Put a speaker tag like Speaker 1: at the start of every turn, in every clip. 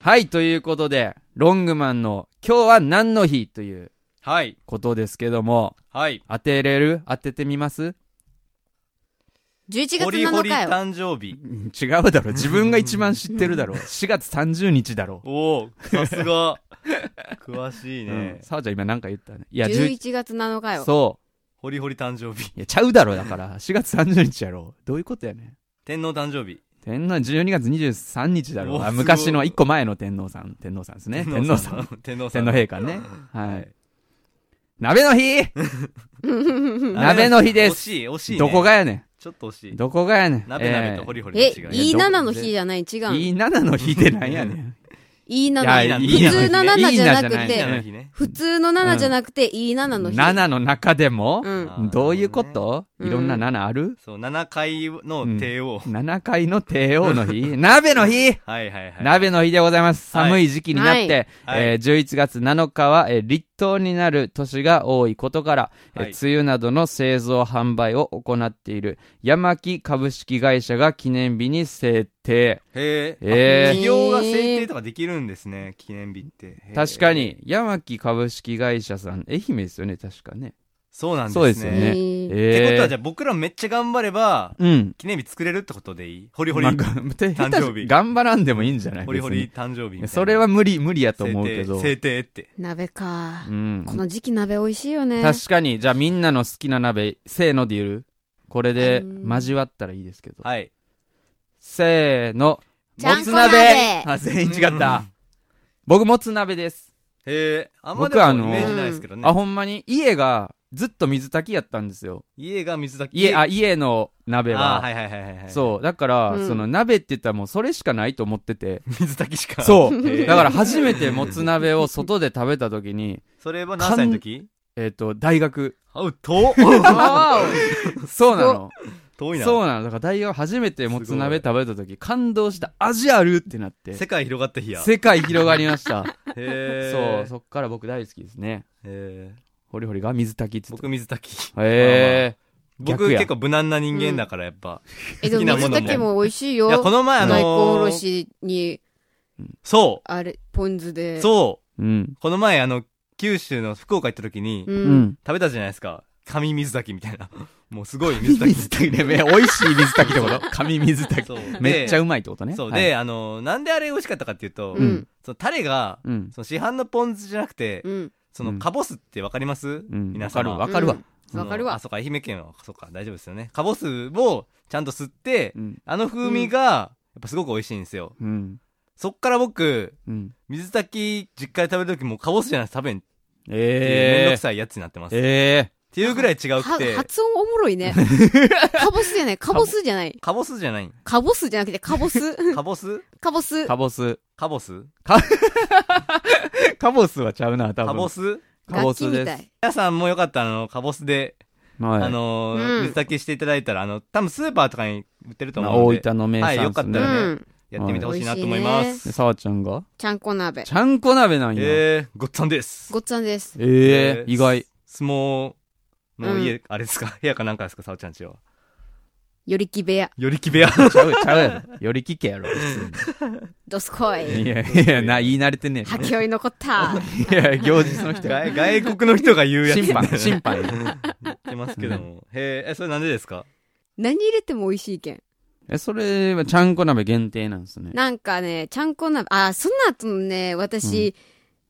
Speaker 1: はい、ということで、ロングマンの今日は何の日という
Speaker 2: はい。
Speaker 1: ことですけども、
Speaker 2: はい。
Speaker 1: 当てれる当ててみます
Speaker 3: 11月
Speaker 2: ホリホ
Speaker 3: 7
Speaker 2: リ
Speaker 3: 日よ。
Speaker 2: 誕生日。
Speaker 1: うん違うだろ。自分が一番知ってるだろ。4月30日だろ。
Speaker 2: おお、さすが。詳しいね
Speaker 1: うん。さわちゃん今なんか言ったね。いや、11
Speaker 3: 11月7日よ。
Speaker 1: そ
Speaker 2: ホリホリ誕生
Speaker 1: う。
Speaker 2: 日。
Speaker 1: いや、ちゃうだろ、だから。4月30日やろ。どういうことやねん。
Speaker 2: 天皇誕生日。
Speaker 1: 天皇12月23日だろ
Speaker 2: お
Speaker 1: う。あ
Speaker 2: すごい
Speaker 1: 昔の1個前の天皇さん、天皇さんですね。天皇さん。。
Speaker 2: 天皇さ
Speaker 1: 天
Speaker 2: ん。
Speaker 1: 皇
Speaker 2: 天
Speaker 1: 陛下ね。はい。鍋の日
Speaker 2: 皇
Speaker 1: 鍋の日で
Speaker 2: 惜
Speaker 1: す。
Speaker 2: しい、惜しいね。
Speaker 1: どこがやね
Speaker 2: ちょっと惜し
Speaker 1: ん。
Speaker 2: い。
Speaker 1: どこがやねん。
Speaker 2: 鍋鍋とホリホリ
Speaker 3: え、
Speaker 2: の違い。
Speaker 1: い
Speaker 3: E7 の日じゃない、違う。
Speaker 1: E7 の日ってなんやねん。
Speaker 3: E7。
Speaker 2: いや
Speaker 3: 普通
Speaker 2: の
Speaker 3: 7じゃな
Speaker 1: いい
Speaker 3: く
Speaker 2: いい
Speaker 1: じゃ
Speaker 2: な
Speaker 1: ない
Speaker 3: て、
Speaker 2: の日ね。
Speaker 3: 普通の7じゃなくて E7 の日。
Speaker 1: 7の中でも
Speaker 3: う、ん。
Speaker 1: どういうこと
Speaker 3: うん
Speaker 1: いろんな7ある
Speaker 2: そう、7回の帝王。
Speaker 1: ?7 回の帝王の 日鍋の日
Speaker 2: はいはいはい。
Speaker 1: 鍋の日でございます。
Speaker 2: はい
Speaker 1: 寒い時期になって、
Speaker 2: はい
Speaker 1: えー11月7日は、えー立冬になる年が多いことから、えー
Speaker 2: はい
Speaker 1: 梅雨などの製造販売を行っている、山木株式会社が記念日に制定。
Speaker 2: へえ。
Speaker 1: え
Speaker 2: 企業が制定とかできるんですね、記念日って。へ
Speaker 1: ー
Speaker 2: え
Speaker 1: 確か。に、山木株式会社さん、愛媛ですよね、確かね。
Speaker 2: そうなんですね。
Speaker 1: そうですよね。
Speaker 3: へ
Speaker 1: え
Speaker 3: ー
Speaker 2: っ
Speaker 1: ー
Speaker 2: てことは、じゃあ僕らめっちゃ頑張れば、
Speaker 1: うん。
Speaker 2: 記念日作れるってことでいいホリホリ
Speaker 1: まあ、、頑手 下手
Speaker 2: 誕生
Speaker 1: し
Speaker 2: 日
Speaker 1: 頑張らんでもいいんじゃない
Speaker 2: ホリホリ
Speaker 1: 別
Speaker 2: 誕生日みたい
Speaker 1: に
Speaker 2: な。
Speaker 1: それは無理、無理やと思うけど。
Speaker 2: 制定制定って。
Speaker 3: 鍋か
Speaker 1: う。ん
Speaker 3: こ。の時期鍋美味しいよね。
Speaker 1: 確かに、じゃあみんなの好きな鍋、せーので言うこれで
Speaker 3: うん
Speaker 1: 交わったらいいですけど。
Speaker 2: はい。
Speaker 1: せーの。
Speaker 3: ちゃん
Speaker 1: もつ
Speaker 3: こ鍋
Speaker 1: あ、全員違っ
Speaker 2: う
Speaker 1: た
Speaker 2: ん。
Speaker 1: 僕、もつ鍋です。
Speaker 2: へえ。あんまで
Speaker 1: 僕はあ
Speaker 2: も
Speaker 1: の
Speaker 2: イメージないですけどね
Speaker 1: あ、。ほんまに、家がずっと水炊きやったんですよ。
Speaker 2: 家が水炊き。
Speaker 1: 家、あ、家の鍋
Speaker 2: あ
Speaker 1: は。
Speaker 2: ーはいはいはいはい。
Speaker 1: そう。だから、
Speaker 3: うん
Speaker 1: その鍋って言ったらもうそれしかないと思ってて。
Speaker 2: う。水炊きしか。
Speaker 1: そ
Speaker 2: へ
Speaker 1: う。
Speaker 2: え
Speaker 1: だから、初めてもつ鍋を外で食べた時に、
Speaker 2: それは何歳の時
Speaker 1: えっ、と、大学。
Speaker 2: あ、うと
Speaker 1: そうなの。
Speaker 2: 遠いな。
Speaker 1: そう
Speaker 2: う
Speaker 1: なの。だから大学初めてもつ鍋食べた時、感動した。味あるってなって。
Speaker 2: 世界広がった日や。
Speaker 1: 世界広がりました。
Speaker 2: へ
Speaker 1: そう、
Speaker 2: う。
Speaker 1: そっから僕大好きですね。
Speaker 2: へえ。
Speaker 1: ホリホリが水炊きって言って
Speaker 2: 僕水炊き。
Speaker 1: た。へ
Speaker 2: 僕
Speaker 1: 逆や
Speaker 2: 結構無難な人間だからやっぱ。
Speaker 3: え、でも
Speaker 2: 好きなもの
Speaker 3: 水
Speaker 2: も
Speaker 3: 炊きも美味しい
Speaker 2: い
Speaker 3: よ。
Speaker 2: や、この前あ
Speaker 3: 大根お
Speaker 2: の
Speaker 3: ろ
Speaker 2: ー、
Speaker 3: しに、
Speaker 2: そ
Speaker 3: あれ、ポン酢
Speaker 2: う、
Speaker 3: で。
Speaker 2: そ
Speaker 1: ー。うん
Speaker 2: う、。この前あの、九州の福岡行った時に、
Speaker 3: う。
Speaker 1: うんん。
Speaker 2: 食べたじゃないですか。紙水炊きみたいな。 もうすごい水炊き。
Speaker 1: 水炊きね。め美味しい水炊きってこと神水 炊き。
Speaker 2: そう。
Speaker 1: めっちゃ
Speaker 2: う
Speaker 1: うまいってことね。
Speaker 2: そう。
Speaker 1: はい
Speaker 2: で、、あのー、なんであれ美味しかったかっていうと
Speaker 3: う、ん。
Speaker 2: そのタレが、
Speaker 1: うん。
Speaker 2: その市販のポン酢じゃなくて
Speaker 3: う、ん。
Speaker 2: そうの
Speaker 1: ん
Speaker 2: カボスってわかります
Speaker 1: うん。
Speaker 2: 皆
Speaker 1: わかる、
Speaker 2: 様。
Speaker 1: わかるわ。
Speaker 3: うん。わかる
Speaker 2: そのあ、
Speaker 3: わ。
Speaker 2: そうか、愛媛県は、そうか、大丈夫ですよね。カボスをちゃんと吸って
Speaker 1: う、ん。
Speaker 2: あの風味が、やっぱすごく美味しいんですよ。
Speaker 1: うん。
Speaker 2: そっから僕、
Speaker 1: うん。
Speaker 2: 水炊き実家で食べる時もうカボスじゃなくて食べんっていうめんど
Speaker 1: え
Speaker 2: く
Speaker 1: ー。
Speaker 2: さいやつになってます。っ
Speaker 1: え
Speaker 2: ていうぐらい違うく
Speaker 3: は
Speaker 2: て、
Speaker 3: 発音おもろいね。カボスじゃない、カボスじゃない。
Speaker 2: カボスじゃないん
Speaker 3: カボスじゃなくて、カ ボス。
Speaker 2: カボス
Speaker 3: カボ
Speaker 1: ー。
Speaker 3: ス。
Speaker 1: カボ ス。
Speaker 2: カボス
Speaker 1: カボスはちゃうな、多分。
Speaker 2: カボ
Speaker 1: ス。
Speaker 2: ス
Speaker 1: カボ
Speaker 3: 楽器
Speaker 1: ス
Speaker 3: み
Speaker 1: で
Speaker 3: た
Speaker 1: す。
Speaker 3: い。
Speaker 2: 皆さんもよかったら、あの、カボスで、
Speaker 1: はい。
Speaker 2: あのー
Speaker 3: うん
Speaker 2: 水炊きしていただいたら、あの、多分スーパーとかに売ってると
Speaker 1: まあ
Speaker 2: 思う
Speaker 1: 大
Speaker 2: んで、
Speaker 1: 分の名産
Speaker 2: はいよかった
Speaker 3: う
Speaker 2: らね
Speaker 3: ん。
Speaker 2: やってみてほしいなと思いま
Speaker 3: 美味し
Speaker 2: す。
Speaker 1: さわちゃんが
Speaker 3: ちゃんこ鍋
Speaker 1: ち。ゃんこ鍋なんや。え
Speaker 2: えー、ごっつぁんです。
Speaker 3: ごっつぁんです。
Speaker 1: えー。意外。。
Speaker 2: 相撲の家、
Speaker 3: う
Speaker 2: あれですか 部屋かなんかですかさおちゃんちは。
Speaker 3: よりき部屋。
Speaker 2: よりき部屋。
Speaker 1: ちゃう、ちゃうやろ。より聞けやろ。
Speaker 3: どすこい。
Speaker 1: いや、いや、な、言い慣れてね
Speaker 3: はきおい残った。
Speaker 1: え。いや、行事の 人や。
Speaker 2: 外外国の人が 言うやつ。
Speaker 1: 審 判、
Speaker 2: 言
Speaker 1: 審判や。
Speaker 2: ってますけども。へえ、えそれなんでですか
Speaker 3: 何入れても美味しいけん。
Speaker 1: え、それはちゃんこ鍋限定なんですね。
Speaker 3: なんかね、ちゃんこ鍋、あ、その後のね、私、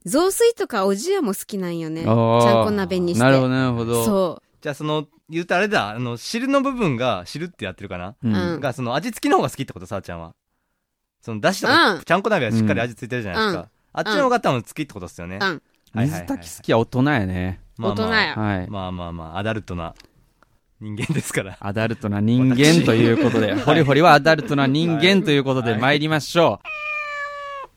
Speaker 3: 雑炊とかおじやも好きなんよね。ちゃん
Speaker 1: あー
Speaker 3: こ鍋にして。
Speaker 1: なるほど、なるほど。
Speaker 3: そ
Speaker 2: じゃあその、言うとあれだ、あの、汁の部分が、汁ってやってるかな、
Speaker 1: うん。
Speaker 3: うん
Speaker 2: が、その味付きの方が好きってこと、さあちゃんは。その、だしと
Speaker 3: う
Speaker 2: か
Speaker 3: ん、
Speaker 2: ちゃんこ鍋はしっかり味付いてるじゃないですか。
Speaker 3: う
Speaker 2: あっちの方が多分好きってことですよね。
Speaker 3: う。うん。
Speaker 2: はいはいはい
Speaker 1: 水炊き好きは大人やね。
Speaker 2: まあまあ
Speaker 3: 大人や
Speaker 1: はい。
Speaker 2: まあまあまあ、アダルトな人間ですから。
Speaker 1: アダルトな人間ということで、ホリホリはアダルトな人間ということで
Speaker 2: はい
Speaker 1: 参りましょう。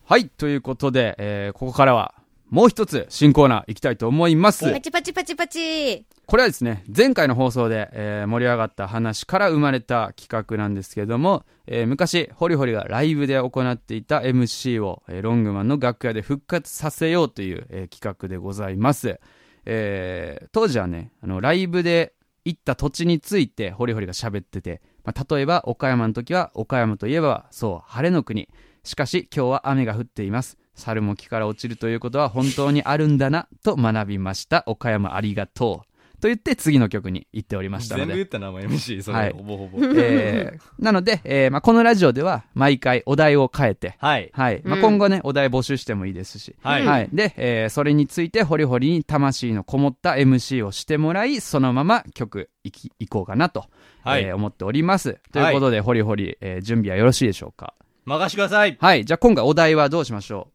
Speaker 1: はい、ということで、えーここからは、もう一つ新コーナー行きたいと思います。
Speaker 3: パチパチパチパチ。
Speaker 1: これはですね、前回の放送で、えー盛り上がった話から生まれた企画なんですけども、えー昔、ホリホリがライブで行っていた MC を、えーロングマンの楽屋で復活させようという、えー企画でございます。えー当時はね、あの、ライブで行った土地についてホリホリが喋ってて、まあ、例えば岡山の時は岡山といえばそう晴れの国しかし今日は雨が降っています猿も木から落ちるということは本当にあるんだなと学びました岡山ありがとうと言って次の曲に行っておりましたの
Speaker 2: 全部
Speaker 1: で
Speaker 2: 言ったな、お前 MC。それ、
Speaker 1: はい
Speaker 2: ほぼほぼ。
Speaker 1: えーなので、えーまあ、このラジオでは毎回お題を変えて、
Speaker 2: はい。
Speaker 1: はいまあ、
Speaker 3: うん
Speaker 1: 今後ね、お題募集してもいいですし、
Speaker 2: はい。
Speaker 1: はい。で、えーそれについて、ホリホリに魂のこもった MC をしてもらい、そのまま曲いき、いこうかなと、
Speaker 2: はい
Speaker 1: えー思っております。ということで、ホリホリ、えー準備はよろしいでしょうか
Speaker 2: 任してください。
Speaker 1: はい。じゃあ今回お題はどうしましょ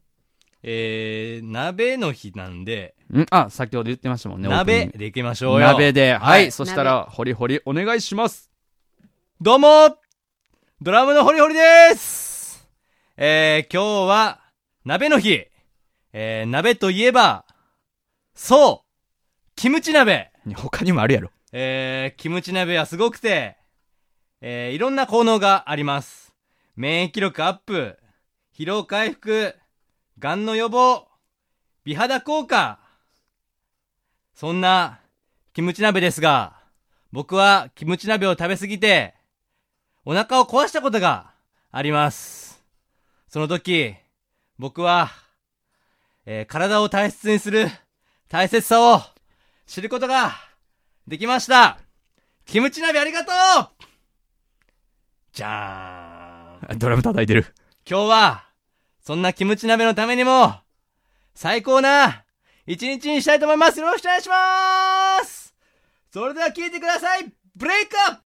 Speaker 2: えー、鍋の日なんで、
Speaker 1: ううんあ、先ほど言ってましたもんね。オー
Speaker 2: 鍋
Speaker 1: プニング
Speaker 2: でいきましょうよ。
Speaker 1: 鍋で、はい。
Speaker 2: はい
Speaker 1: そしたら、ホリホリお願いします。
Speaker 2: どうもドラムのホリホリですえー、今日は、鍋の日えー、鍋といえば、そうキムチ鍋
Speaker 1: 他にもあるやろ。
Speaker 2: えー、キムチ鍋はすごくて、えー、いろんな効能があります。免疫力アップ、疲労回復、がんの予防、美肌効果。そんな、キムチ鍋ですが、僕はキムチ鍋を食べすぎて、お腹を壊したことがあります。その時、僕は、えー体を大切にする大切さを知ることができましたキムチ鍋ありがとうじゃーん
Speaker 1: ドラム叩いてる。
Speaker 2: 今日は、そんなキムチ鍋のためにも、最高な、一日にしたいと思いますよろしくお願いしますそれでは聞いてくださいブレイクアップ